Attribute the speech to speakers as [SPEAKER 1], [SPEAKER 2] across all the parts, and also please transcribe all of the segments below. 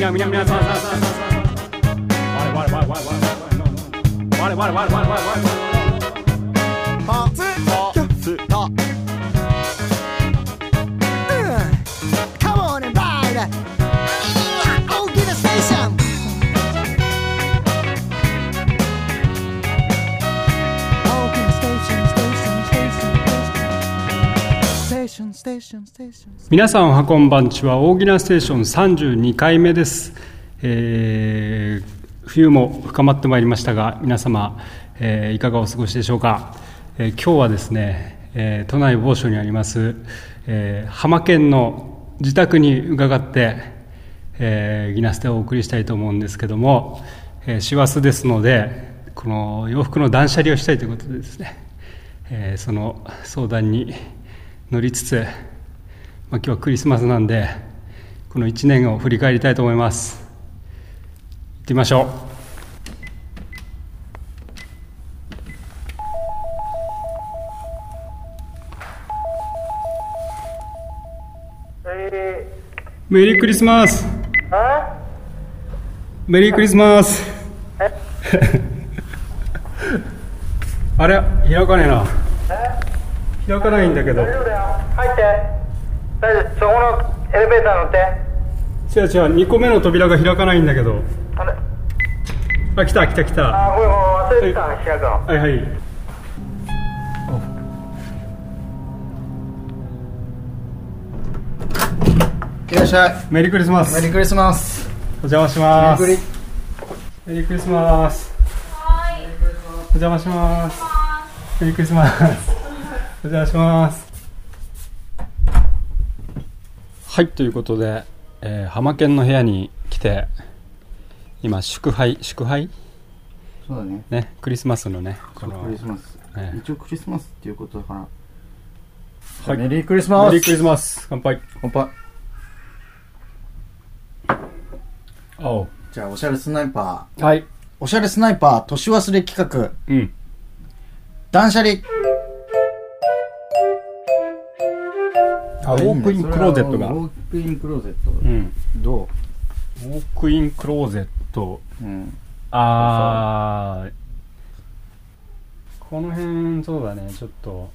[SPEAKER 1] なみなみなさささささ我々我々我々我々我々我々我々
[SPEAKER 2] ポツポツとうんカモンバイル大きなステーション大きなステーションステーションステーションステーションステーションステーション
[SPEAKER 1] 皆さんおはこんばんちは大喜なステーション32回目です、えー冬も深まってまいりましたが皆様、えーいかがお過ごしでしょうか、えー今日はですね、えー都内某所にあります、えー、浜県の自宅に伺って、えーギナステをお送りしたいと思うんですけども、えー、師走ですのでこの洋服の断捨離をしたいということでですね、えーその相談に乗りつつまあ、今日はクリスマスなんでこの1年を振り返りたいと思います行ってみましょ
[SPEAKER 3] え
[SPEAKER 1] うメリークリスマス
[SPEAKER 3] ー、あ
[SPEAKER 1] メリークリスマス あれ開かねえな開かないんだけど
[SPEAKER 3] 大丈夫だよ入って大丈夫そこのエレベーター乗って
[SPEAKER 1] 違う違う2個目の扉が開かないんだけど
[SPEAKER 3] あれ
[SPEAKER 1] あ来た来た来た
[SPEAKER 3] あごめんごめん忘れてた開くの
[SPEAKER 1] はいはい
[SPEAKER 4] いらっしゃい。
[SPEAKER 1] メリークリスマス
[SPEAKER 4] メリークリスマス。
[SPEAKER 1] お邪魔します
[SPEAKER 4] メリー
[SPEAKER 1] メリークリスマスお邪魔しますメリークリスマスお邪魔しますはいということで、えー、浜県の部屋に来て今祝杯祝杯
[SPEAKER 4] そうだね。
[SPEAKER 1] ねクリスマスのねこの
[SPEAKER 4] クリスマス。
[SPEAKER 1] ええ
[SPEAKER 4] 一応クリスマスっていうことだか
[SPEAKER 1] は
[SPEAKER 4] ら。
[SPEAKER 1] い
[SPEAKER 4] メリークリス
[SPEAKER 1] メ
[SPEAKER 4] マ
[SPEAKER 1] リ
[SPEAKER 4] ス
[SPEAKER 1] ークリスマス乾杯
[SPEAKER 4] 乾杯。
[SPEAKER 1] お
[SPEAKER 4] じゃあ、おしゃれスナイパー。
[SPEAKER 1] はい
[SPEAKER 4] おしゃれスナイパー、年忘れ企画、
[SPEAKER 1] うん
[SPEAKER 4] 断捨離。
[SPEAKER 1] あウォークインクローゼットが
[SPEAKER 4] ウォークインクローゼット。
[SPEAKER 1] うん
[SPEAKER 4] ど
[SPEAKER 1] ウォークインクローゼット
[SPEAKER 4] ううん。
[SPEAKER 1] あーこの辺そうだねちょっと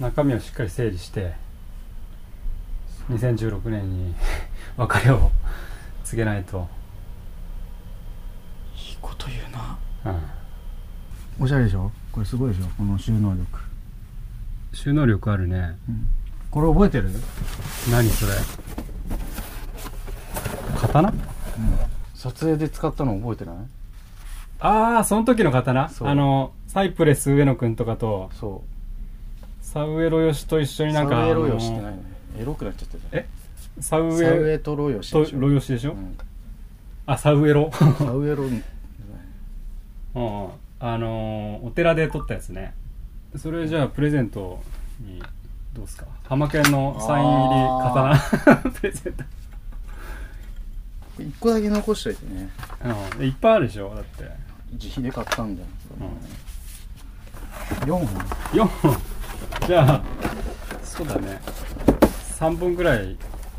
[SPEAKER 1] 中身をしっかり整理して2016年に 別れを 告げないと、
[SPEAKER 4] いいこと言うな。
[SPEAKER 1] うん、
[SPEAKER 4] おしゃれでしょこれすごいでしょこの収納力。
[SPEAKER 1] 収納力あるね
[SPEAKER 4] これ覚えてる
[SPEAKER 1] 何それ刀
[SPEAKER 4] 撮影で使ったの覚えてない
[SPEAKER 1] ああその時の刀
[SPEAKER 4] そう
[SPEAKER 1] あのサイプレス上野くんとかと
[SPEAKER 4] そう。
[SPEAKER 1] サウエロヨシと一緒になんか
[SPEAKER 4] サウエロヨシって
[SPEAKER 1] あ
[SPEAKER 4] ないね。エロくなっちゃったじゃ
[SPEAKER 1] えのサウ
[SPEAKER 4] ん。サウ
[SPEAKER 1] エ
[SPEAKER 4] エトロヨシ
[SPEAKER 1] と
[SPEAKER 4] でしょ。
[SPEAKER 1] ロヨシでしょ、
[SPEAKER 4] うん
[SPEAKER 1] あサウエロ
[SPEAKER 4] サウエロに。
[SPEAKER 1] うんうんあのーお寺で撮ったやつねそれじゃあプレゼントにどうすか浜県のサイン入り刀 プレゼント、
[SPEAKER 4] 一個だけ残しといてね
[SPEAKER 1] うんで、いっぱいあるでしょだって
[SPEAKER 4] 自費で買ったんだよ、4本
[SPEAKER 1] 4本じゃあそうだね3本ぐらい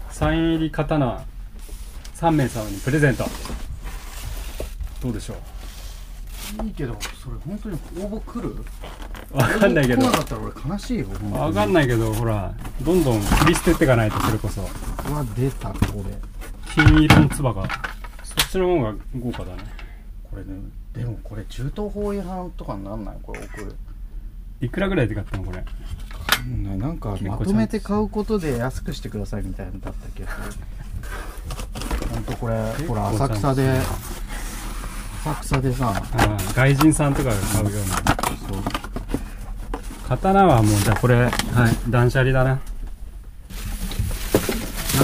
[SPEAKER 1] サイン入り刀3名様にプレゼントどうでしょ
[SPEAKER 4] いいけどそれ本当に応募来る
[SPEAKER 1] うわかんないけど
[SPEAKER 4] 応募来なかったら俺悲しいよ本当に
[SPEAKER 1] わかんないけどほらどんどん切り捨てていかないとそれこそう
[SPEAKER 4] わ出たこれ
[SPEAKER 1] 金色のつばがそっちの方が豪華だね
[SPEAKER 4] これねでもこれ中東法違反とかになんないこれ送る
[SPEAKER 1] いくらぐらいで買ったのこれ
[SPEAKER 4] なんか
[SPEAKER 1] 構
[SPEAKER 4] まとめて買うことで安くしてくださいみたいなのだった気がする 本当これほら
[SPEAKER 1] 結構
[SPEAKER 4] 浅
[SPEAKER 1] ちゃんと
[SPEAKER 4] 草で浅草でさ
[SPEAKER 1] ああ外人さんとかが買うような刀はもうじゃあこれ、はい、断捨離だななん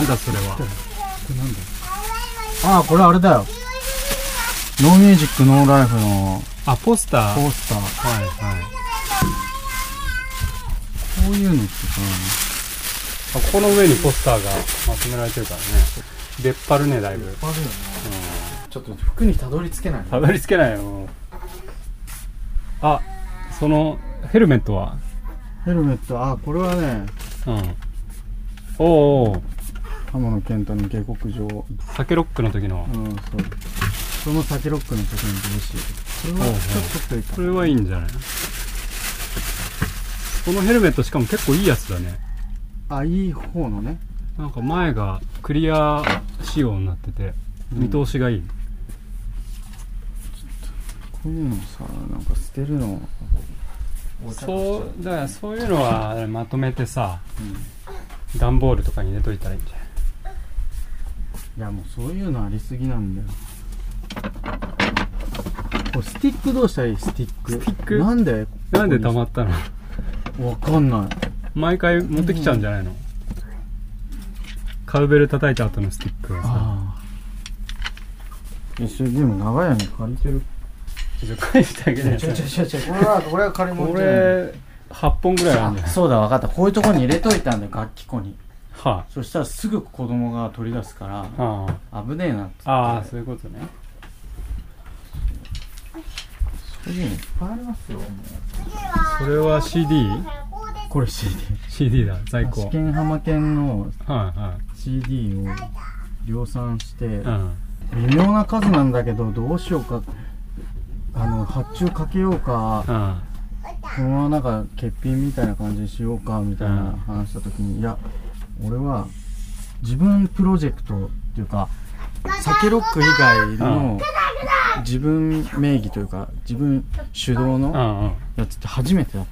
[SPEAKER 1] だそれは
[SPEAKER 4] ああこれあれだよノーミュージックノーライフの
[SPEAKER 1] あポスター
[SPEAKER 4] ポスター
[SPEAKER 1] はいはい
[SPEAKER 4] こういうのって
[SPEAKER 1] あここの上にポスターがまとめられてるからね出っ張るねだいぶ
[SPEAKER 4] さ、あるよね。ちょっと服にたどり着けない。
[SPEAKER 1] たどり着けないよもうあそのヘルメットは
[SPEAKER 4] ヘルメット、あ、これはね、
[SPEAKER 1] うんおうおう
[SPEAKER 4] 浜野健太の下克上。う
[SPEAKER 1] 酒ロックの時の、
[SPEAKER 4] ん、そう。その酒ロックの時の帽子。これはちょっと取っといた。
[SPEAKER 1] これはいいんじゃないこのヘルメットしかも結構いいやつだね
[SPEAKER 4] あ、いい方のね。
[SPEAKER 1] なんか前がクリア仕様になってて
[SPEAKER 4] うん
[SPEAKER 1] 見通しがいい、
[SPEAKER 4] こういうのさ、なんか捨てるの。
[SPEAKER 1] そうだからそういうのはまとめてさ
[SPEAKER 4] うん。
[SPEAKER 1] 段ボールとかに入れといたらいいんじゃない
[SPEAKER 4] いやもうそういうのありすぎなんだよこれスティックどうしたらいいスティック
[SPEAKER 1] スティック
[SPEAKER 4] なんで
[SPEAKER 1] なんで溜まったの
[SPEAKER 4] わかんない
[SPEAKER 1] 毎回持ってきちゃうんじゃないの、カウベル叩いた後のスティックをさ
[SPEAKER 4] ああ一緒にでも長屋に借りてる
[SPEAKER 1] ちょっと返してあげなよ
[SPEAKER 4] ちょちょこれはこれは借り
[SPEAKER 1] こ
[SPEAKER 4] じゃない
[SPEAKER 1] れ8本ぐらいあるんじゃ
[SPEAKER 4] あ
[SPEAKER 1] ない
[SPEAKER 4] そうだわかったこういうとこに入れといたんだよ楽器庫に
[SPEAKER 1] は
[SPEAKER 4] そしたらすぐ子供が取り出すから
[SPEAKER 1] ああ
[SPEAKER 4] 危ねえなって
[SPEAKER 1] あああそういうことね
[SPEAKER 4] そういうのいっぱいありますよもう
[SPEAKER 1] それは CD?
[SPEAKER 4] これ CD
[SPEAKER 1] CD だ在庫
[SPEAKER 4] 試
[SPEAKER 1] はい
[SPEAKER 4] 験浜県の
[SPEAKER 1] は
[SPEAKER 4] CD を量産して、
[SPEAKER 1] いうん
[SPEAKER 4] 微妙な数なんだけどどうしようかあの発注かけようか
[SPEAKER 1] うん
[SPEAKER 4] このままなんか欠品みたいな感じにしようかみたいな話した時にいや俺は自分プロジェクトっていうか酒ロック以外の自分名義というか自分主導
[SPEAKER 1] う
[SPEAKER 4] の
[SPEAKER 1] んうん
[SPEAKER 4] やつって初めてだっ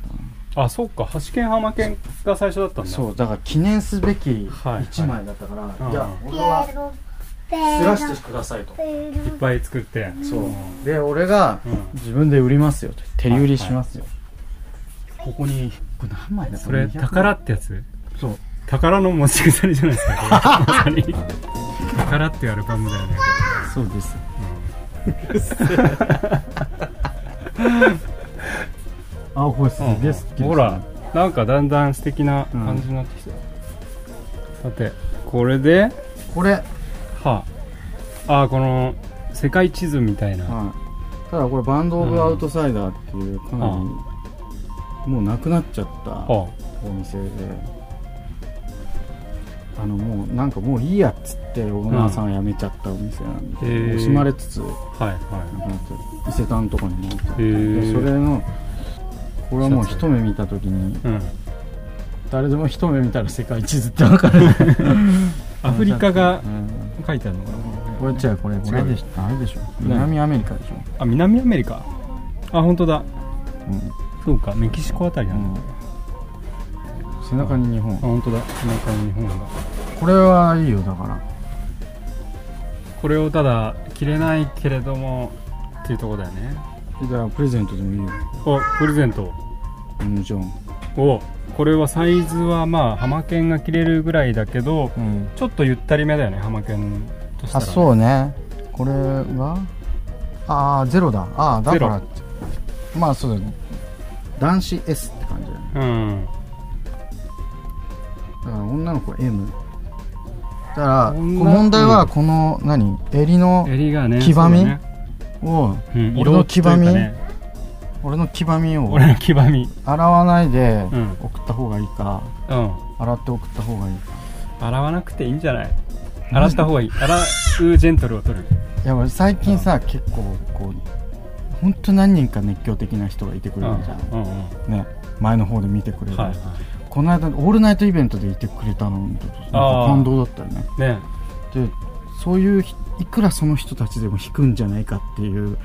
[SPEAKER 4] たの
[SPEAKER 1] あそうか橋剣浜県が最初だったんだ
[SPEAKER 4] そうだから記念すべき
[SPEAKER 1] はい
[SPEAKER 4] 1枚だったから、
[SPEAKER 1] うん
[SPEAKER 4] いや俺はすらしてくださいと
[SPEAKER 1] いっぱい作って
[SPEAKER 4] そうで俺が
[SPEAKER 1] うん
[SPEAKER 4] 自分で売りますよと手売りしますよ、
[SPEAKER 1] ここに
[SPEAKER 4] これ何枚だ
[SPEAKER 1] それ
[SPEAKER 4] 200
[SPEAKER 1] 宝ってやつ
[SPEAKER 4] そう
[SPEAKER 1] 宝の持ち腐りじゃないです か これまさに宝っていうアルバムだよね
[SPEAKER 4] そうですあこれすげえ好きですね
[SPEAKER 1] ほらなんかだんだん素敵な感じになってきた、さてこれで
[SPEAKER 4] これ、
[SPEAKER 1] はああーこの世界地図みたいな、
[SPEAKER 4] はい、ただこれバンド・オブ・アウトサイダーっていうかなり、
[SPEAKER 1] うん
[SPEAKER 4] もうなくなっちゃったお
[SPEAKER 1] は
[SPEAKER 4] 店であのもうなんかもういいやっつってオーナーさん辞めちゃったお店なんで、
[SPEAKER 1] へー
[SPEAKER 4] 惜しまれつつ
[SPEAKER 1] あはいは
[SPEAKER 4] なんか伊勢丹とかにも置いてあって
[SPEAKER 1] へー
[SPEAKER 4] でそれのこれはもう一目見た時に
[SPEAKER 1] い、うん、
[SPEAKER 4] 誰でも一目見たら世界地図って分かる
[SPEAKER 1] アフリカが
[SPEAKER 4] うん
[SPEAKER 1] 書いてあるのかな
[SPEAKER 4] これ違うこれこれ
[SPEAKER 1] 違う
[SPEAKER 4] でしょあれでしょ南アメリカでしょ、
[SPEAKER 1] あ南アメリカあ本当だ
[SPEAKER 4] うん
[SPEAKER 1] そうかメキシコあたりな
[SPEAKER 4] うんん
[SPEAKER 1] だ、
[SPEAKER 4] 背中に日本
[SPEAKER 1] あ本当だなんか日本が
[SPEAKER 4] これはいいよだから
[SPEAKER 1] これをただ着れないけれどもっていうところだよね
[SPEAKER 4] じゃあプレゼントでもいいよ
[SPEAKER 1] おプレゼント
[SPEAKER 4] うんじゃん
[SPEAKER 1] おこれはサイズはまあハマケンが着れるぐらいだけど
[SPEAKER 4] うん
[SPEAKER 1] ちょっとゆったりめだよねハマケンとした
[SPEAKER 4] あ
[SPEAKER 1] らね、
[SPEAKER 4] そうねこれはああゼロだああだからまあそうだね男子 S って感じだよね
[SPEAKER 1] うん
[SPEAKER 4] だから女の子は M だからこう
[SPEAKER 1] 女
[SPEAKER 4] 問題
[SPEAKER 1] う
[SPEAKER 4] は
[SPEAKER 1] ん
[SPEAKER 4] この何襟の
[SPEAKER 1] 襟がね
[SPEAKER 4] 黄ばみ
[SPEAKER 1] そうだね
[SPEAKER 4] を
[SPEAKER 1] うん、
[SPEAKER 4] 俺
[SPEAKER 1] 色
[SPEAKER 4] の
[SPEAKER 1] というかね
[SPEAKER 4] 俺の黄ばみを
[SPEAKER 1] 俺の黄ばみ
[SPEAKER 4] 洗わないで
[SPEAKER 1] うん
[SPEAKER 4] 送った方がいいか
[SPEAKER 1] うん
[SPEAKER 4] 洗って送った方がいいか
[SPEAKER 1] 洗わなくていいんじゃない洗った方がいい洗うジェントルを取る
[SPEAKER 4] いや俺最近さ結構こう本当何人か熱狂的な人がいてく
[SPEAKER 1] う
[SPEAKER 4] れ
[SPEAKER 1] んう
[SPEAKER 4] る
[SPEAKER 1] ん
[SPEAKER 4] じゃん
[SPEAKER 1] うんは
[SPEAKER 4] ね前の方で見てくれ
[SPEAKER 1] い
[SPEAKER 4] る
[SPEAKER 1] は
[SPEAKER 4] この間オールナイトイベントでいてくれたのなんか
[SPEAKER 1] あー
[SPEAKER 4] 感動だったよね
[SPEAKER 1] いね
[SPEAKER 4] でそういうひいくらその人たちでも引くんじゃないかっていう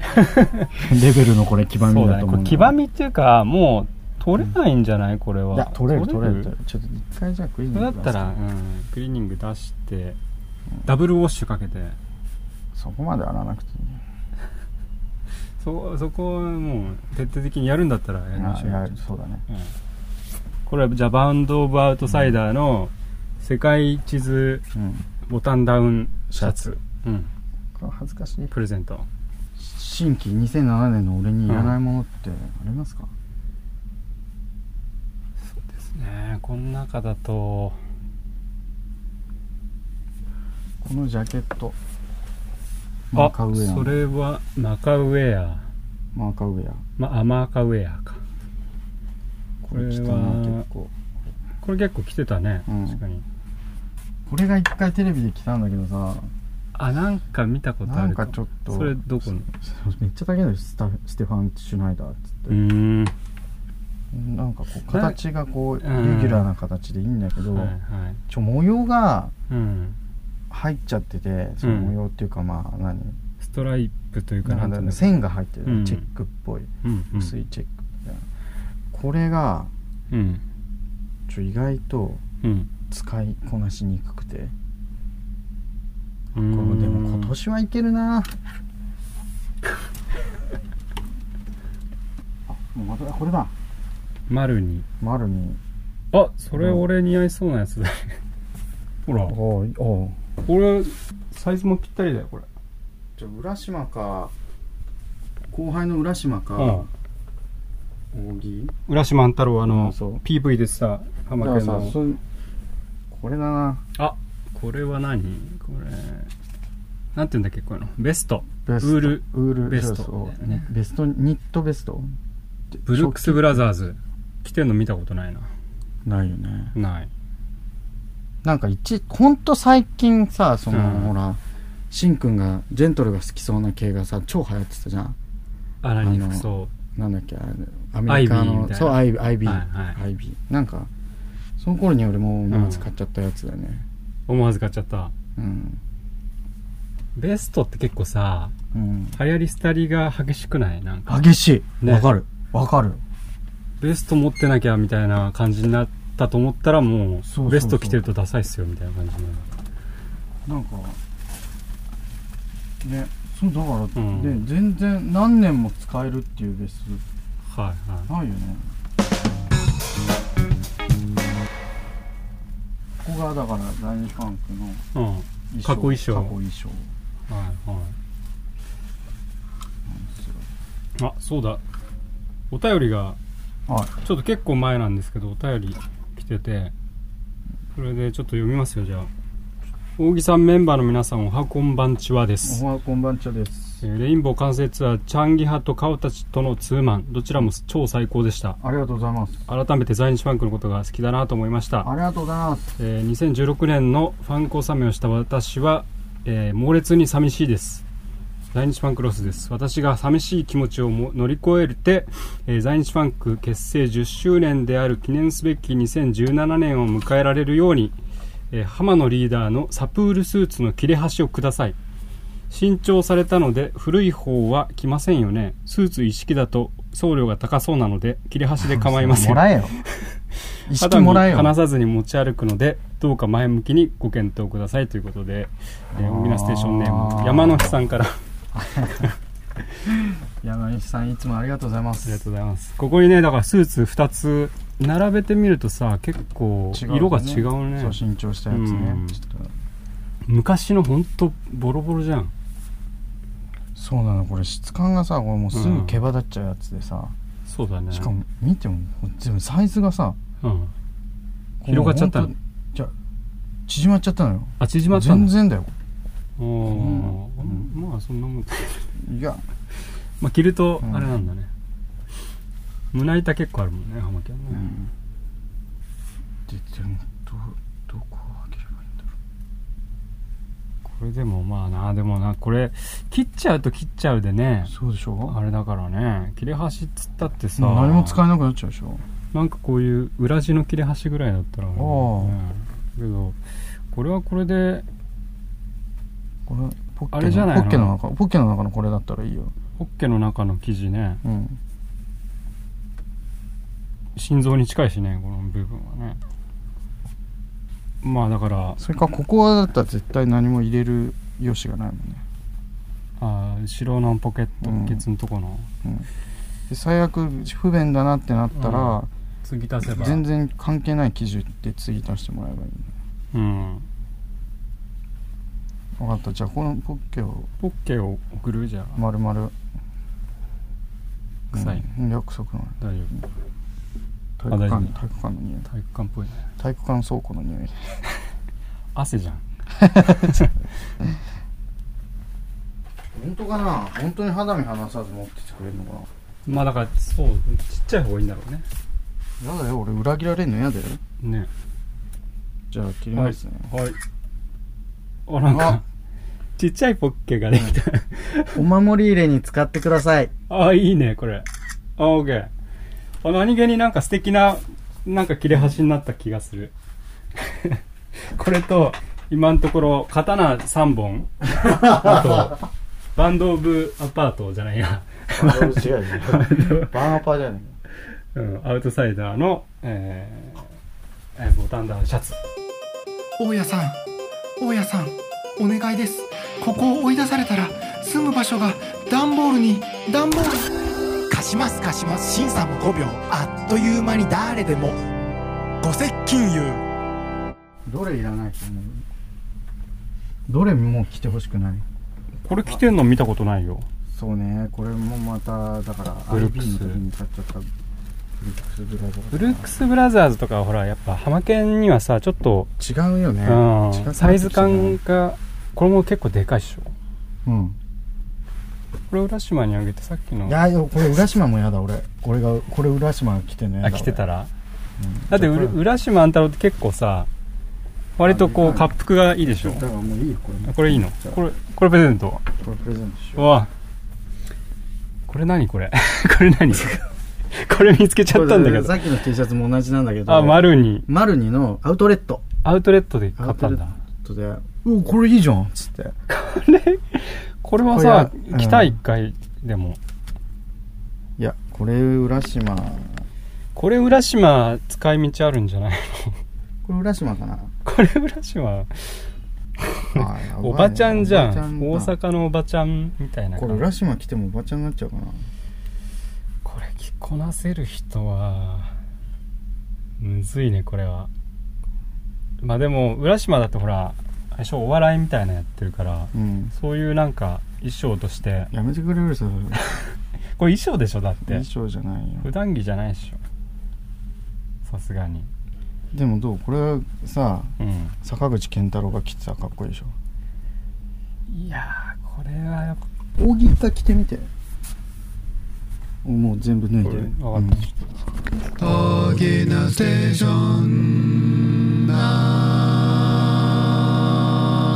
[SPEAKER 4] レベルのこれ黄ば
[SPEAKER 1] そ
[SPEAKER 4] み
[SPEAKER 1] う
[SPEAKER 4] だ
[SPEAKER 1] だ
[SPEAKER 4] と
[SPEAKER 1] ねこ
[SPEAKER 4] 思う
[SPEAKER 1] れ
[SPEAKER 4] んだ
[SPEAKER 1] 黄ばみっていうかもう取れないんじゃないこれ
[SPEAKER 4] い
[SPEAKER 1] は
[SPEAKER 4] や取れる取れる
[SPEAKER 1] 取
[SPEAKER 4] ちょっと一回じゃあクリーニン
[SPEAKER 1] そ
[SPEAKER 4] グ
[SPEAKER 1] れだったら、うん、クリーニング出してダブルウォッシュかけて
[SPEAKER 4] そこまで洗わなくていい
[SPEAKER 1] そそこはもう徹底的にやるんだったらやりましょうよ
[SPEAKER 4] あいやそうだね
[SPEAKER 1] うんこれはじゃあバンド・オブ・アウトサイダーの世界地図
[SPEAKER 4] うん
[SPEAKER 1] ボタンダウンシャツ、
[SPEAKER 4] ツ
[SPEAKER 1] うん、
[SPEAKER 4] これ恥ずかしい
[SPEAKER 1] プレゼント
[SPEAKER 4] 新規2007年の俺にいらないものってありますか、
[SPEAKER 1] ねえこの中だと
[SPEAKER 4] このジャケットマー
[SPEAKER 1] あ
[SPEAKER 4] カーウェア
[SPEAKER 1] それはマカウェア
[SPEAKER 4] マーカーウェア
[SPEAKER 1] まあマーカウェアか
[SPEAKER 4] こ
[SPEAKER 1] れは
[SPEAKER 4] れ着たな結構
[SPEAKER 1] これ結構着てたね、
[SPEAKER 4] うん
[SPEAKER 1] 確かに
[SPEAKER 4] 俺が一回テレビで来たんだけどさ
[SPEAKER 1] あなんか見たことあ
[SPEAKER 4] な
[SPEAKER 1] る
[SPEAKER 4] んかちょっと
[SPEAKER 1] それどこの
[SPEAKER 4] めっちゃ高いのスタステファン・シュナイダーっつって、
[SPEAKER 1] ん
[SPEAKER 4] なんかこう形がこうレギュラーな形でいいんだけど、
[SPEAKER 1] はいはい
[SPEAKER 4] ちょ模様が
[SPEAKER 1] うん
[SPEAKER 4] 入っちゃっててその模様っていうかまあ何、
[SPEAKER 1] ストライプというか
[SPEAKER 4] なん
[SPEAKER 1] て
[SPEAKER 4] か
[SPEAKER 1] いう
[SPEAKER 4] ね
[SPEAKER 1] の
[SPEAKER 4] 線が入ってる、
[SPEAKER 1] うん
[SPEAKER 4] チェックっぽい
[SPEAKER 1] うんうん
[SPEAKER 4] 薄いチェックみたいな、これが
[SPEAKER 1] うん
[SPEAKER 4] ちょ意外と
[SPEAKER 1] うん
[SPEAKER 4] 使いこなしにくくて
[SPEAKER 1] こ
[SPEAKER 4] これでも今年はいけ るなあもうまたこれだ
[SPEAKER 1] 丸に
[SPEAKER 4] 丸に
[SPEAKER 1] あそれ俺似合いそうなやつだねほら
[SPEAKER 4] おお
[SPEAKER 1] これサイズもぴったりだよこれ
[SPEAKER 4] じゃあ浦島か後輩の浦島か、
[SPEAKER 1] うん
[SPEAKER 4] 扇
[SPEAKER 1] 浦島安太郎あ
[SPEAKER 4] う
[SPEAKER 1] の
[SPEAKER 4] んそう
[SPEAKER 1] PV でさ浜
[SPEAKER 4] だから
[SPEAKER 1] 辺
[SPEAKER 4] さ
[SPEAKER 1] の
[SPEAKER 4] それこれだな
[SPEAKER 1] あこれは何これなんていうんだっけこのベスト
[SPEAKER 4] ベ
[SPEAKER 1] ウール
[SPEAKER 4] ウール
[SPEAKER 1] ベスト
[SPEAKER 4] そうそう
[SPEAKER 1] ね
[SPEAKER 4] ベストニットベスト
[SPEAKER 1] ブルックス・ブラザーズ着てんの見たことないな
[SPEAKER 4] ないよね
[SPEAKER 1] ない
[SPEAKER 4] なんか一ほんと最近さその、
[SPEAKER 1] うん
[SPEAKER 4] ほらしんくんがジェントルが好きそうな系がさ超流行ってたじゃん
[SPEAKER 1] あ何
[SPEAKER 4] あの
[SPEAKER 1] 服装
[SPEAKER 4] なんだっけあれアメリカ
[SPEAKER 1] アイビーみた
[SPEAKER 4] の
[SPEAKER 1] いな
[SPEAKER 4] そうアイアイビー、
[SPEAKER 1] はいはい
[SPEAKER 4] アイビーなんかその頃に俺も
[SPEAKER 1] ん
[SPEAKER 4] もう使っちゃったやつだね
[SPEAKER 1] 思わず買っちゃった
[SPEAKER 4] うん
[SPEAKER 1] ベストって結構さ
[SPEAKER 4] う
[SPEAKER 1] 流
[SPEAKER 4] ん、
[SPEAKER 1] 行り廃りが激しくないなんか
[SPEAKER 4] 激しい
[SPEAKER 1] ね
[SPEAKER 4] わ、かるわかる
[SPEAKER 1] ベスト持ってなきゃみたいな感じになったと思ったらもう
[SPEAKER 4] そうそうそう
[SPEAKER 1] ベスト着てるとダサいっすよみたいな感じになる
[SPEAKER 4] なんかねそうだから、
[SPEAKER 1] うん
[SPEAKER 4] ね全然何年も使えるっていうベス
[SPEAKER 1] はいはい
[SPEAKER 4] トないよねここがだから大日ファンクの
[SPEAKER 1] うんはい過去衣装
[SPEAKER 4] 過去衣装
[SPEAKER 1] は
[SPEAKER 4] なんですよ
[SPEAKER 1] いあそうだお便りが
[SPEAKER 4] はい
[SPEAKER 1] ちょっと結構前なんですけどお便り来ててそれでちょっと読みますよじゃあ大木さんメンバーの皆さんおはこんばんちはです
[SPEAKER 4] おはこんばんちゃです
[SPEAKER 1] えーレインボー完成ツアーチャンギハとカオたちとのツーマンどちらも超最高でした
[SPEAKER 4] ありがとうございます
[SPEAKER 1] 改めて在日ファンクのことが好きだなと思いました
[SPEAKER 4] ありがとうございます
[SPEAKER 1] えー2016年のファンコ納めをした私は、えー猛烈に寂しいです在日ファンクロスです私が寂しい気持ちをも乗り越えて、えー在日ファンク結成10周年である記念すべき2017年を迎えられるように、えー浜野リーダーのサプールスーツの切れ端をください新調されたので古い方は着ませんよねスーツ一式だと送料が高そうなので切れ端で構いません
[SPEAKER 4] もらえ よ意識
[SPEAKER 1] 肌
[SPEAKER 4] もらえよ
[SPEAKER 1] 話さずに持ち歩くのでどうか前向きにご検討くださいということで「えー
[SPEAKER 4] あー
[SPEAKER 1] 大きなステーションネーム山野日さんからあ
[SPEAKER 4] 山西さんいつもありがとうございます
[SPEAKER 1] りがとうございますここにねだからスーツ2つ並べてみるとさ結構
[SPEAKER 4] 違うね
[SPEAKER 1] 色が違うね
[SPEAKER 4] そう新調したやつ
[SPEAKER 1] うん
[SPEAKER 4] ねちょっと
[SPEAKER 1] 昔のほんとボロボロじゃん
[SPEAKER 4] そうなのこれ質感がさこれもうすぐ毛羽立っちゃうやつでさ、
[SPEAKER 1] そうだね
[SPEAKER 4] しかも見ても全部サイズがさ
[SPEAKER 1] うん、広がっちゃったの
[SPEAKER 4] こうほんとじゃ縮まっちゃったのよ
[SPEAKER 1] あ縮まった
[SPEAKER 4] 全
[SPEAKER 1] んだ
[SPEAKER 4] 然だよ
[SPEAKER 1] おー
[SPEAKER 4] うん
[SPEAKER 1] まあそんなもん
[SPEAKER 4] いや
[SPEAKER 1] まあ着るとあれなんだね、胸板結構あるもんね浜県ね、
[SPEAKER 4] うんででもどどこを開ければいいんだろ
[SPEAKER 1] これでもまあなでもなこれ切っちゃうと切っちゃうでね
[SPEAKER 4] うそうでしょ
[SPEAKER 1] あれだからね切れ端っつったってさ
[SPEAKER 4] もう何も使えなくなっちゃうでしょ
[SPEAKER 1] なんかこういう裏地の切れ端ぐらいだったらねけどこれはこれで
[SPEAKER 4] これポッケの
[SPEAKER 1] あれじゃないの
[SPEAKER 4] ポッケの中ポッケの中のこれだったらいいよ
[SPEAKER 1] ホッケの中の生地ね
[SPEAKER 4] うん
[SPEAKER 1] 心臓に近いしねこの部分はねまあだから
[SPEAKER 4] それかここだったら絶対何も入れる余地がないもんね
[SPEAKER 1] あー後ろのポケット、
[SPEAKER 4] うん
[SPEAKER 1] ケツのとこの
[SPEAKER 4] で最悪不便だなってなったら、
[SPEAKER 1] 継ぎ足せば
[SPEAKER 4] 全然関係ない記事で次出してもらえばいい
[SPEAKER 1] うん
[SPEAKER 4] 分かったじゃあこのポッケを
[SPEAKER 1] ホッケを送るじゃあ
[SPEAKER 4] 丸々
[SPEAKER 1] 臭い、
[SPEAKER 4] うん、約束の
[SPEAKER 1] 大丈あ
[SPEAKER 4] 体育
[SPEAKER 1] 大丈
[SPEAKER 4] 館
[SPEAKER 1] 夫
[SPEAKER 4] 体育館の匂い
[SPEAKER 1] 夫体育館っぽいね
[SPEAKER 4] 体育館倉庫の匂い
[SPEAKER 1] 汗 じゃん
[SPEAKER 4] 本当かな本当に肌身離さず持ってってくれるのか
[SPEAKER 1] まあだからそうちっちゃい方がいいんだろうね
[SPEAKER 4] なやだよ俺裏切られんの嫌だよ
[SPEAKER 1] ね
[SPEAKER 4] じゃあ切りますね、
[SPEAKER 1] はいおなんか
[SPEAKER 4] あ
[SPEAKER 1] ちっちゃいポッケができた、
[SPEAKER 4] お守り入れに使ってください。
[SPEAKER 1] ああ、いいね、これ。あ、オーケー。あ、何気になんか素敵な、なんか切れ端になった気がする。 これと、今のところ、刀3本。あと、バンドオブアパートじゃない や。
[SPEAKER 5] 違うよ ねバンアパーじゃない
[SPEAKER 1] うん、アウトサイダーの、えーえーボタンダウンシャツ。
[SPEAKER 6] 大家さん大家さんお願いですここを追い出されたら住む場所が段ボールに段ボール貸します貸します審査も5秒あっという間に誰でもご石金融
[SPEAKER 4] どれいらないと思うどれもう来てほしくない
[SPEAKER 1] これ着てんの見たことないよ。
[SPEAKER 4] そうね、これもまた、だから、
[SPEAKER 1] ブルックス
[SPEAKER 4] IB の時に買っちゃった、ブルックスブラザー
[SPEAKER 1] ブルックスブラザーズとかはほら、やっぱ、浜県にはさ、ちょっと、
[SPEAKER 4] ス。違うよね。違
[SPEAKER 1] う
[SPEAKER 4] くなってきた
[SPEAKER 1] ん、
[SPEAKER 4] ね
[SPEAKER 1] サイズ感。が、これも結構でかいっしょ。
[SPEAKER 4] うん。
[SPEAKER 1] これ浦島にあげてさっきの
[SPEAKER 4] いや、でもこれ浦島もやだ、俺。俺が、これ浦島来てね。
[SPEAKER 1] あ来てた
[SPEAKER 4] ら。
[SPEAKER 1] ら
[SPEAKER 4] うん
[SPEAKER 1] だってうる浦島安太郎って結構さ割とこう
[SPEAKER 4] あでか
[SPEAKER 1] 滑
[SPEAKER 4] い
[SPEAKER 1] 覆がいいでしょ
[SPEAKER 4] だからもういいよ、これも。
[SPEAKER 1] これいいの
[SPEAKER 4] じゃあ
[SPEAKER 1] これこれプレゼント
[SPEAKER 4] これプレゼントし
[SPEAKER 1] う
[SPEAKER 4] よ
[SPEAKER 1] わこれ何これ これ 何これ見つけち
[SPEAKER 4] う。
[SPEAKER 1] ゃったんだけ
[SPEAKER 4] これ
[SPEAKER 1] ど
[SPEAKER 4] さっきの T シャツも同じなんだけど。
[SPEAKER 1] あマルニ
[SPEAKER 4] マルニのアウトレット。
[SPEAKER 1] アウトレットで買
[SPEAKER 4] ア
[SPEAKER 1] っ
[SPEAKER 4] ウ
[SPEAKER 1] た
[SPEAKER 4] トレ
[SPEAKER 1] んだ
[SPEAKER 4] ットで、うお、これいいじゃんつって。
[SPEAKER 1] これはさ
[SPEAKER 4] これは
[SPEAKER 1] 来た
[SPEAKER 4] うん
[SPEAKER 1] 一回でも
[SPEAKER 4] いや、これ浦島。
[SPEAKER 1] これ浦島使い道あるんじゃない
[SPEAKER 4] これ浦島かな
[SPEAKER 1] これ浦島
[SPEAKER 4] あやばいね
[SPEAKER 1] おばちゃんじゃ
[SPEAKER 4] おば
[SPEAKER 1] ん
[SPEAKER 4] ちゃだ
[SPEAKER 1] 大阪のおばちゃんみたいな
[SPEAKER 4] こ
[SPEAKER 1] 感
[SPEAKER 4] れ
[SPEAKER 1] じ
[SPEAKER 4] 浦島来てもおばちゃんになっちゃうかな
[SPEAKER 1] これ着こなせる人はむずいねこれはまあでも浦島だってほら相性お笑いみたいなのやってるから
[SPEAKER 4] うん
[SPEAKER 1] そういうなんか衣装として
[SPEAKER 4] やめてくれ るさ
[SPEAKER 1] これ衣装でしょだって
[SPEAKER 4] 衣装じゃないよ
[SPEAKER 1] 普段着じゃないでしょさすがに
[SPEAKER 4] でもどうこれさ
[SPEAKER 1] うん
[SPEAKER 4] 坂口健太郎が着てたらかっこいいでしょ
[SPEAKER 1] いやーこれはやっぱ
[SPEAKER 4] 大木が着てみてもう全部脱いで、
[SPEAKER 1] これ
[SPEAKER 4] う
[SPEAKER 1] 分
[SPEAKER 4] ん
[SPEAKER 1] かっ、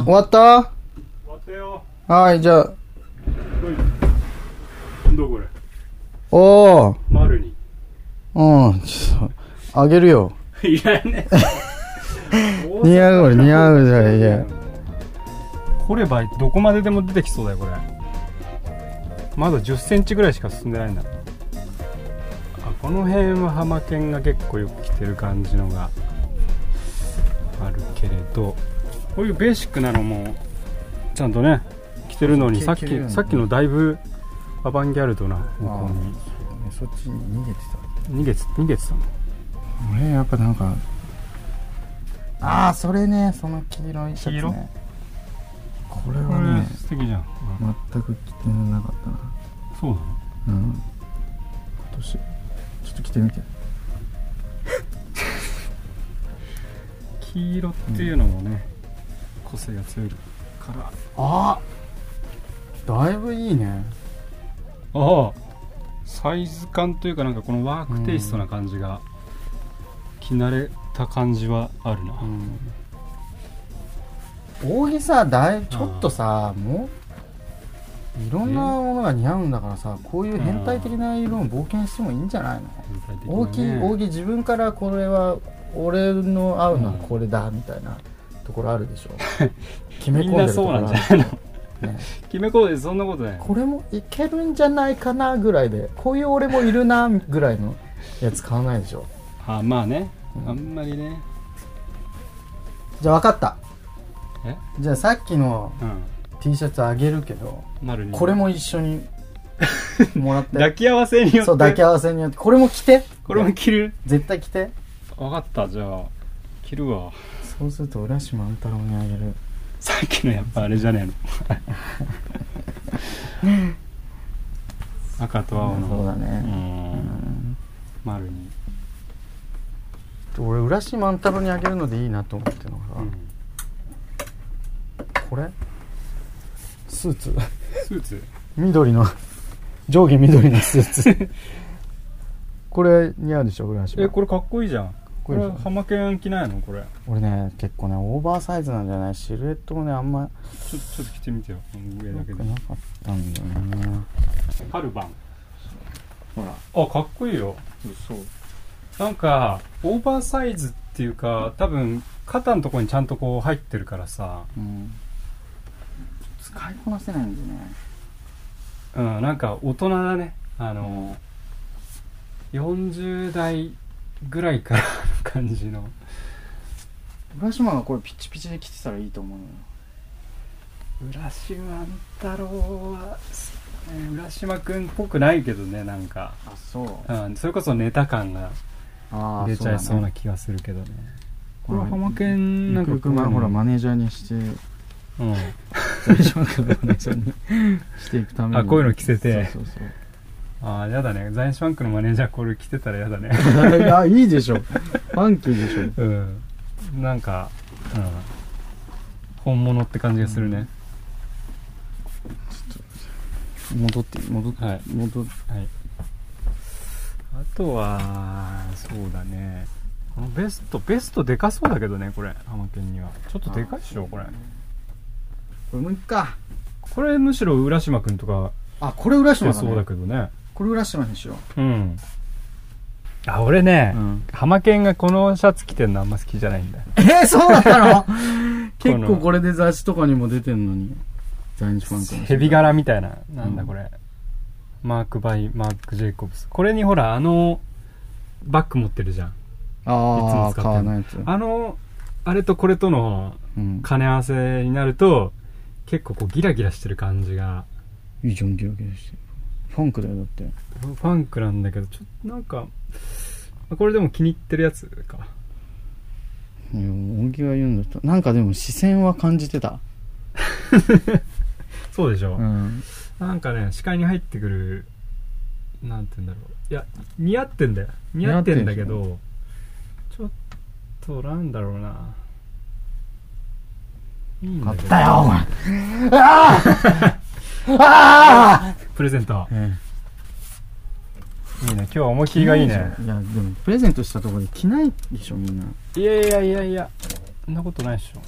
[SPEAKER 4] 終わった
[SPEAKER 1] 待てよ
[SPEAKER 4] はいじゃあ
[SPEAKER 1] どうこれ
[SPEAKER 4] おー
[SPEAKER 1] 丸に
[SPEAKER 4] うんちょっとあげるよ
[SPEAKER 1] いらね
[SPEAKER 4] 似合うこれ似合うじゃんいや
[SPEAKER 1] 掘ればどこまででも出てきそうだよこれまだ1 0センチぐらいしか進んでないんだあこの辺はハマケンが結構よく着てる感じのがあるけれどこういうベーシックなのもちゃんとね着てるのにさっき
[SPEAKER 4] 着てるよね
[SPEAKER 1] さっきのだいぶアバンギャルドな方向に
[SPEAKER 4] そっちに逃げてた
[SPEAKER 1] 逃げて逃げてたの
[SPEAKER 4] 俺やっぱなんかああそれねその黄色いシャツねこれ
[SPEAKER 1] こ
[SPEAKER 4] は
[SPEAKER 1] れ
[SPEAKER 4] ね
[SPEAKER 1] 素敵じゃん、
[SPEAKER 4] 全く着てなかったな
[SPEAKER 1] そうなの
[SPEAKER 4] うん今年ちょっと着てみて
[SPEAKER 1] 黄色っていうのもね、個性が強いから
[SPEAKER 4] あだいぶいいね
[SPEAKER 1] ああサイズ感というかなんかこのワークテイストな感じが、着慣れた感じはあるな、
[SPEAKER 4] うん扇さだいちょっとさもういろんなものが似合うんだからさこういう変態的な色も冒険してもいいんじゃないの
[SPEAKER 1] 全体的
[SPEAKER 4] 扇
[SPEAKER 1] にね
[SPEAKER 4] 扇自分からこれは俺の合うのはこれだみたいなところある でしょ決め
[SPEAKER 1] み
[SPEAKER 4] 込
[SPEAKER 1] ん
[SPEAKER 4] んで
[SPEAKER 1] な
[SPEAKER 4] ると
[SPEAKER 1] そう
[SPEAKER 4] ころ
[SPEAKER 1] なん
[SPEAKER 4] あ
[SPEAKER 1] じ
[SPEAKER 4] る
[SPEAKER 1] ゃないの
[SPEAKER 4] ね
[SPEAKER 1] 決めこうでそんなことない
[SPEAKER 4] これもいけるんじゃないかなぐらいでこういう俺もいるなぐらいのやつ買わないでしょ
[SPEAKER 1] あまあねあんまりね
[SPEAKER 4] じゃあ分かった
[SPEAKER 1] え
[SPEAKER 4] じゃあさっきの
[SPEAKER 1] うん
[SPEAKER 4] T シャツあげるけど
[SPEAKER 1] なるに
[SPEAKER 4] これも一 緒にもらって
[SPEAKER 1] 抱き合わせによって
[SPEAKER 4] そう抱き合わせによってこれも着て
[SPEAKER 1] これも着る
[SPEAKER 4] 絶対着て
[SPEAKER 1] 分かったじゃあ着るわ
[SPEAKER 4] そうすると浦島安太郎にあげる
[SPEAKER 1] さっきのやっぱあれじゃねえの 赤と青の
[SPEAKER 4] そうだね
[SPEAKER 1] うん丸に
[SPEAKER 4] 俺浦島安太郎にあげるのでいいなと思ってるのが、
[SPEAKER 1] うん
[SPEAKER 4] これスーツ
[SPEAKER 1] スーツ
[SPEAKER 4] 緑の上 下緑のスーツこれ似合うでしょ浦島
[SPEAKER 1] えこれかっこいいじゃん
[SPEAKER 4] こ
[SPEAKER 1] こ
[SPEAKER 4] いい
[SPEAKER 1] れ
[SPEAKER 4] でしょ
[SPEAKER 1] ハマケン着ないのこれ
[SPEAKER 4] 俺ね結構ねオーバーサイズなんじゃないシルエットもねあんま
[SPEAKER 1] ちょちょっと着てみてよこの上
[SPEAKER 4] 良
[SPEAKER 1] だけ
[SPEAKER 4] く
[SPEAKER 1] で
[SPEAKER 4] なかったんだよね
[SPEAKER 1] カルバン
[SPEAKER 5] ほら
[SPEAKER 1] あかっこいいよ
[SPEAKER 5] そう
[SPEAKER 1] なんかオーバーサイズっていうか多分肩のところにちゃんとこう入ってるからさ
[SPEAKER 4] うん使いこなせないんでね
[SPEAKER 1] うんなんか大人だねあの、40代ぐらいからの感じの
[SPEAKER 4] 浦島がこれピチピチで着てたらいいと思うのよ
[SPEAKER 1] 浦島太郎はね浦島くんっぽくないけどねなんか、
[SPEAKER 4] あそう
[SPEAKER 1] うん、それこそネタ感が
[SPEAKER 4] あ
[SPEAKER 1] 出ちゃいそうな
[SPEAKER 4] 気
[SPEAKER 1] 気がするけどね
[SPEAKER 4] これ浜
[SPEAKER 1] ケン
[SPEAKER 4] なんかよくよくまあほらマネージャーにして
[SPEAKER 1] うん
[SPEAKER 4] 浦島君のマネージャーに していくために
[SPEAKER 1] あこういうの着せて
[SPEAKER 4] そうそう そう
[SPEAKER 1] ああやだねザインシュバンクのマネージャーこれ着てたらやだね
[SPEAKER 4] あいいでしょファンキーでしょ
[SPEAKER 1] うんなんか、うん、本物って感じがするね、
[SPEAKER 4] 戻って戻って、
[SPEAKER 1] はい
[SPEAKER 4] 戻って
[SPEAKER 1] はいあとはそうだねこのベストベストでかそうだけどねこれ浜県にはちょっとでかいっしょこれ
[SPEAKER 4] これもういっか
[SPEAKER 1] これむしろ浦島君とか
[SPEAKER 4] あこれ浦
[SPEAKER 1] 着て
[SPEAKER 4] 島だ,、ね、
[SPEAKER 1] そうだけどね
[SPEAKER 4] これ浦島にしよ
[SPEAKER 1] うんあ俺ね、
[SPEAKER 4] う、うん、
[SPEAKER 1] 浜県がこのシャツ着てるのあんま好きじゃないんだよ
[SPEAKER 4] えー、そうだったの 結
[SPEAKER 1] この
[SPEAKER 4] 構これで雑誌とかにも出てんのに在日ファンクの
[SPEAKER 1] ヘビ柄みたいな、なんだ
[SPEAKER 4] うん
[SPEAKER 1] これ。マーク・バイ・マーク・ジェイコブス。これにほら、あの、バッグ持ってるじゃん。
[SPEAKER 4] あ
[SPEAKER 1] い
[SPEAKER 4] あ
[SPEAKER 1] つも使ってんの
[SPEAKER 4] 買わないやつ
[SPEAKER 1] あの、あれとこれとの
[SPEAKER 4] うん
[SPEAKER 1] 兼ね合わせになると、結構こうギラギラしてる感じが、
[SPEAKER 4] いいじゃんギラギラしてファンクだよだって
[SPEAKER 1] ファンクなんだけど、ちょっとなんか、これでも気に入ってるやつか。
[SPEAKER 4] いや大木が言うんだったらなんかでも視線は感じてた
[SPEAKER 1] そうでしょ、
[SPEAKER 4] ん
[SPEAKER 1] なんかね、視界に入ってくる、なんて言うんだろう。いや、似合ってんだよ。似合ってんだけ
[SPEAKER 4] 似
[SPEAKER 1] ど、ちょっと、なんだろうな。いいんだけど
[SPEAKER 4] だよお前
[SPEAKER 1] プレゼント。
[SPEAKER 4] え
[SPEAKER 1] いいね。今日は思い切りがいいね。
[SPEAKER 4] いやでもプレゼントしたところで着ないでしょみんない
[SPEAKER 1] やいやいやいや、そんなことないっしょ。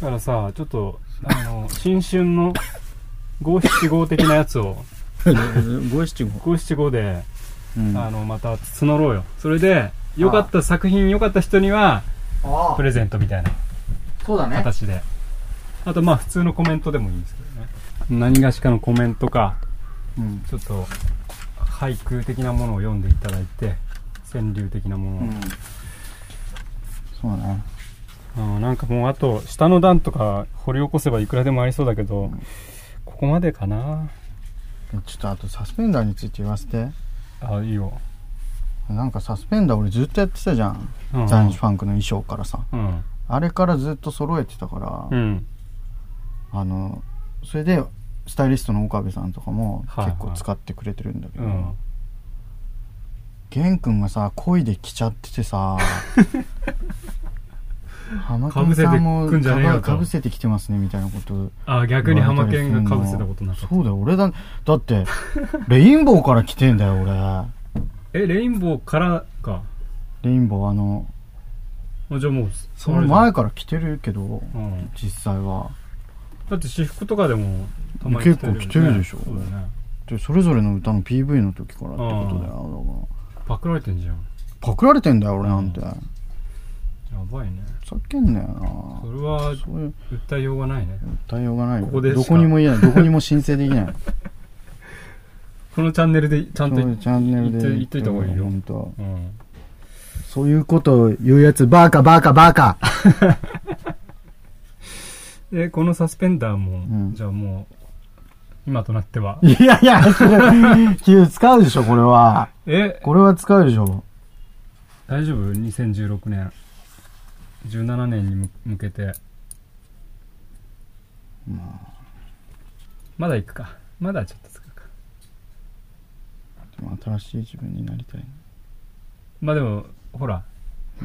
[SPEAKER 1] だからさ、ちょっと、あの、新春の五七五的なやつを、
[SPEAKER 4] 五七五
[SPEAKER 1] 五七五で、あ
[SPEAKER 4] あ
[SPEAKER 1] の、また募ろうよ。それで、良かった作品、良かった人には、
[SPEAKER 4] あ
[SPEAKER 1] プレゼントみたいな
[SPEAKER 4] そうだね
[SPEAKER 1] 形で。あと、まあ、普通のコメントでもいいんですけどね。何がしかのコメントか、
[SPEAKER 4] うん
[SPEAKER 1] ちょっと、俳句的なものを読んでいただいて、川柳的なものを。
[SPEAKER 4] うんそうだね
[SPEAKER 1] うん、なんかもうあと下の段とか掘り起こせばいくらでもありそうだけど、ここまでかな
[SPEAKER 4] ちょっとあとサスペンダーについて言わせて
[SPEAKER 1] あいいよ、
[SPEAKER 4] なんかサスペンダー俺ずっとやってたじゃん
[SPEAKER 1] うん、
[SPEAKER 4] ザインファンクの衣装からさ
[SPEAKER 1] うん
[SPEAKER 4] あれからずっと揃えてたから、
[SPEAKER 1] うん
[SPEAKER 4] あのそれでスタイリストの岡部さんとかも
[SPEAKER 1] はいはい
[SPEAKER 4] 結構使ってくれてるんだけ
[SPEAKER 1] う
[SPEAKER 4] ど、
[SPEAKER 1] ん
[SPEAKER 4] 玄君がさ恋で来ちゃって てさ浜
[SPEAKER 1] かぶ
[SPEAKER 4] 県
[SPEAKER 1] せて
[SPEAKER 4] さんも
[SPEAKER 1] くんじゃねえよと
[SPEAKER 4] かぶせてきてますねみたいなこと
[SPEAKER 1] あ逆に浜県がかぶせたことなかった
[SPEAKER 4] そうだよ俺だだってレインボーから来てんだよ俺
[SPEAKER 1] えレインボーからか
[SPEAKER 4] レインボーあの
[SPEAKER 1] あじゃあもう
[SPEAKER 4] その前から来てるけど
[SPEAKER 1] うん、
[SPEAKER 4] 実際は
[SPEAKER 1] だって私服とかでもたまに
[SPEAKER 4] 結構着てるでしょ
[SPEAKER 1] そうだね
[SPEAKER 4] でそれぞれの歌の PV の時からってことだよだから
[SPEAKER 1] パクられてんじゃん
[SPEAKER 4] パクられてんだよ俺なんて、
[SPEAKER 1] やばいね
[SPEAKER 4] ふざけんなよ
[SPEAKER 1] そ
[SPEAKER 4] な
[SPEAKER 1] れは
[SPEAKER 4] そういう
[SPEAKER 1] 訴えようがないね
[SPEAKER 4] 対応がないよ
[SPEAKER 1] ここでしか
[SPEAKER 4] どこにも 言えないどこにも申請できない
[SPEAKER 1] このチャンネルでちゃんと
[SPEAKER 4] そういうチャンネルで
[SPEAKER 1] 言っといた方がいいよ
[SPEAKER 4] 本当
[SPEAKER 1] うん
[SPEAKER 4] そういうことを言うやつバカバカ バカ
[SPEAKER 1] でこのサスペンダーも、
[SPEAKER 4] ん
[SPEAKER 1] じゃあもう今となってはい
[SPEAKER 4] やいやそれ使うでしょこれは
[SPEAKER 1] え
[SPEAKER 4] これは使うでしょ
[SPEAKER 1] 大丈夫2016年17年にむ向けてまだ行くかまだちょっと使うか
[SPEAKER 4] でも新しい自分になりたいな
[SPEAKER 1] まあでもほら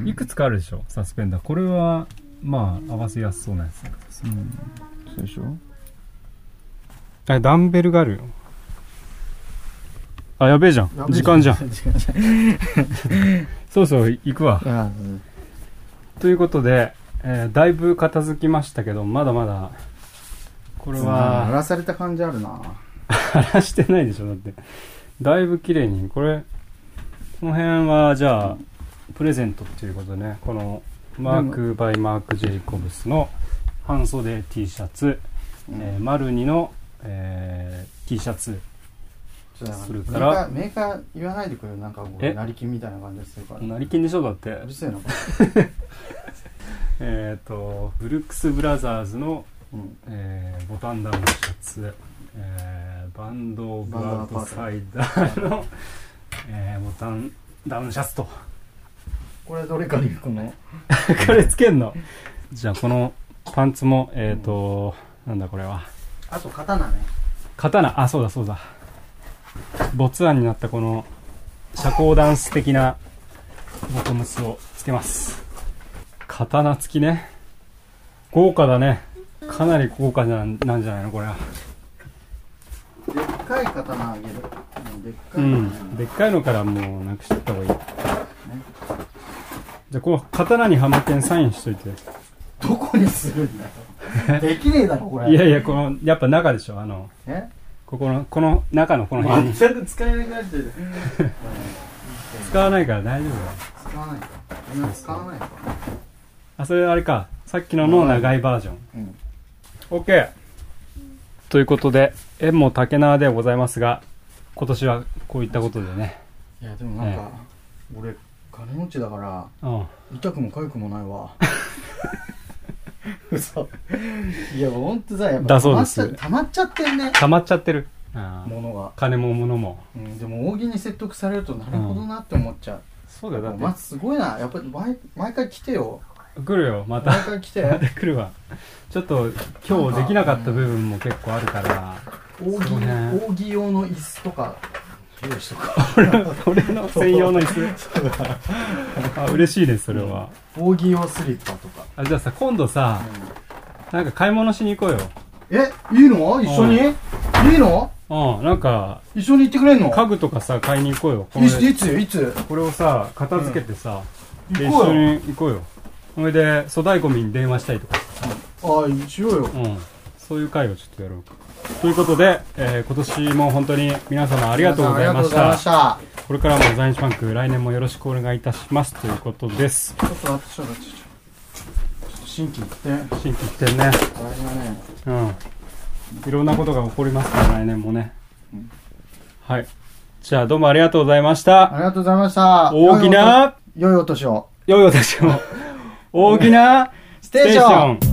[SPEAKER 1] いくつかあるでしょサスペンダーこれはまあ合わせやすそうなやつだからさ
[SPEAKER 4] そうで しょ
[SPEAKER 1] あダンベルがあるよあやべえじゃん
[SPEAKER 4] やべえ
[SPEAKER 1] 時間じゃん
[SPEAKER 4] 時間じゃん
[SPEAKER 1] そうそう行くわ
[SPEAKER 4] あーうん
[SPEAKER 1] ということで、えーだいぶ片付きましたけどまだまだこれは
[SPEAKER 4] 荒らされた感じあるな
[SPEAKER 1] 荒らしてないでしょだってだいぶ綺麗にこれこの辺はじゃあプレゼントっていうことでねこのマーク・バイ・マーク・ジェイコブスの半袖 T シャツ、えーマルニの、えー T シャツ
[SPEAKER 4] ちょっとなん
[SPEAKER 1] それから
[SPEAKER 4] メーカーメーカー言わないでくれよなんかこう
[SPEAKER 1] え
[SPEAKER 4] なりきみたいな感じでするからう
[SPEAKER 1] 成金でしょだって
[SPEAKER 4] るせえなこ
[SPEAKER 1] えっ、とブルックス・ブラザーズの、
[SPEAKER 4] れうん
[SPEAKER 1] えーボタンダウンのシャツ、えーバンド・オブ・アウトサイダーの、えーボタンダウンシャツと
[SPEAKER 4] これどれかにこの
[SPEAKER 1] これつけんのじゃあこのパンツもえっ、ー、と、なんだこれは
[SPEAKER 4] あと刀ね
[SPEAKER 1] 刀あそうだそうだ没案になったこの社交ダンス的なボトムスをつけます刀付きね豪華だねかなり豪華なんなんじゃないのこれは
[SPEAKER 4] でっかい刀あげるうんでっか
[SPEAKER 1] う
[SPEAKER 4] い刀
[SPEAKER 1] んでっかいのからもうなくしてった方がいいじゃあこの刀にハマケンサインしといて
[SPEAKER 4] どこにするんだ よできねえだろこれ
[SPEAKER 1] いやいやこのやっぱ中でしょあの
[SPEAKER 4] え
[SPEAKER 1] ここのこの中のこの辺に
[SPEAKER 4] 全く使えなくなってる
[SPEAKER 1] 使わないから大丈夫だよ
[SPEAKER 4] 使わないかみんな使わないか
[SPEAKER 1] あそれあれかさっきのの長いバージョン、
[SPEAKER 4] うん
[SPEAKER 1] オッ OK ということで縁も竹縄でございますが今年はこういったことでね、
[SPEAKER 4] いやでもなんか、俺金持ちだから
[SPEAKER 1] うん、
[SPEAKER 4] 痛くも痒くもない わ嘘いやほんとさやっぱ
[SPEAKER 1] だそうです
[SPEAKER 4] 溜まっちゃ溜まっちゃってんね
[SPEAKER 1] 溜まっちゃってるあー
[SPEAKER 4] ものが、
[SPEAKER 1] 金も物も
[SPEAKER 4] うん、でも扇に説得されるとなるほどなって思っちゃう、
[SPEAKER 1] そうだよ
[SPEAKER 4] お
[SPEAKER 1] だっ
[SPEAKER 4] 前すごいなやっぱり毎毎回来 てよ
[SPEAKER 1] て来るよま
[SPEAKER 4] 毎
[SPEAKER 1] た
[SPEAKER 4] 回来
[SPEAKER 1] ま
[SPEAKER 4] て
[SPEAKER 1] た来るわちょっと今日できなかった部分も結構あるから
[SPEAKER 4] 扇,、
[SPEAKER 1] そうね
[SPEAKER 4] 扇用の椅子とか用意しとく
[SPEAKER 1] 俺の専用の椅子あ嬉しいですそれは、
[SPEAKER 4] 扇用スリッパとか、
[SPEAKER 1] あじゃあさ今度さなんか買い物しに行こう
[SPEAKER 4] えいいの一緒にいいの
[SPEAKER 1] ようんなんか
[SPEAKER 4] 一緒に行ってくれんの
[SPEAKER 1] 家具とかさ買いに行こうよこ
[SPEAKER 4] い
[SPEAKER 1] れ
[SPEAKER 4] ついついつ
[SPEAKER 1] これをさ片付けてさ、で一
[SPEAKER 4] 行こう
[SPEAKER 1] 緒
[SPEAKER 4] よ
[SPEAKER 1] に行こうよそれで粗大ゴミに電話したりとか、
[SPEAKER 4] ああしようよ
[SPEAKER 1] うん、そういう会をちょっとやろうかということで、えー今年も本当に皆様ありがとうございまし
[SPEAKER 4] ありがとうござい
[SPEAKER 1] た
[SPEAKER 4] ました
[SPEAKER 1] これからも在日パンク来年もよろしくお願いいたしますということです
[SPEAKER 4] ちょっと待ってちょっと待ってちょっと新規行って大
[SPEAKER 1] 新規一点ね
[SPEAKER 4] 事なね
[SPEAKER 1] うんいろんなことが起こりますから来年もね、はいじゃあどうもありがとうございました
[SPEAKER 4] ありがとうございました
[SPEAKER 1] 大きな
[SPEAKER 4] 良いお年を
[SPEAKER 1] 良いお年を大きな
[SPEAKER 4] ステーション
[SPEAKER 1] ン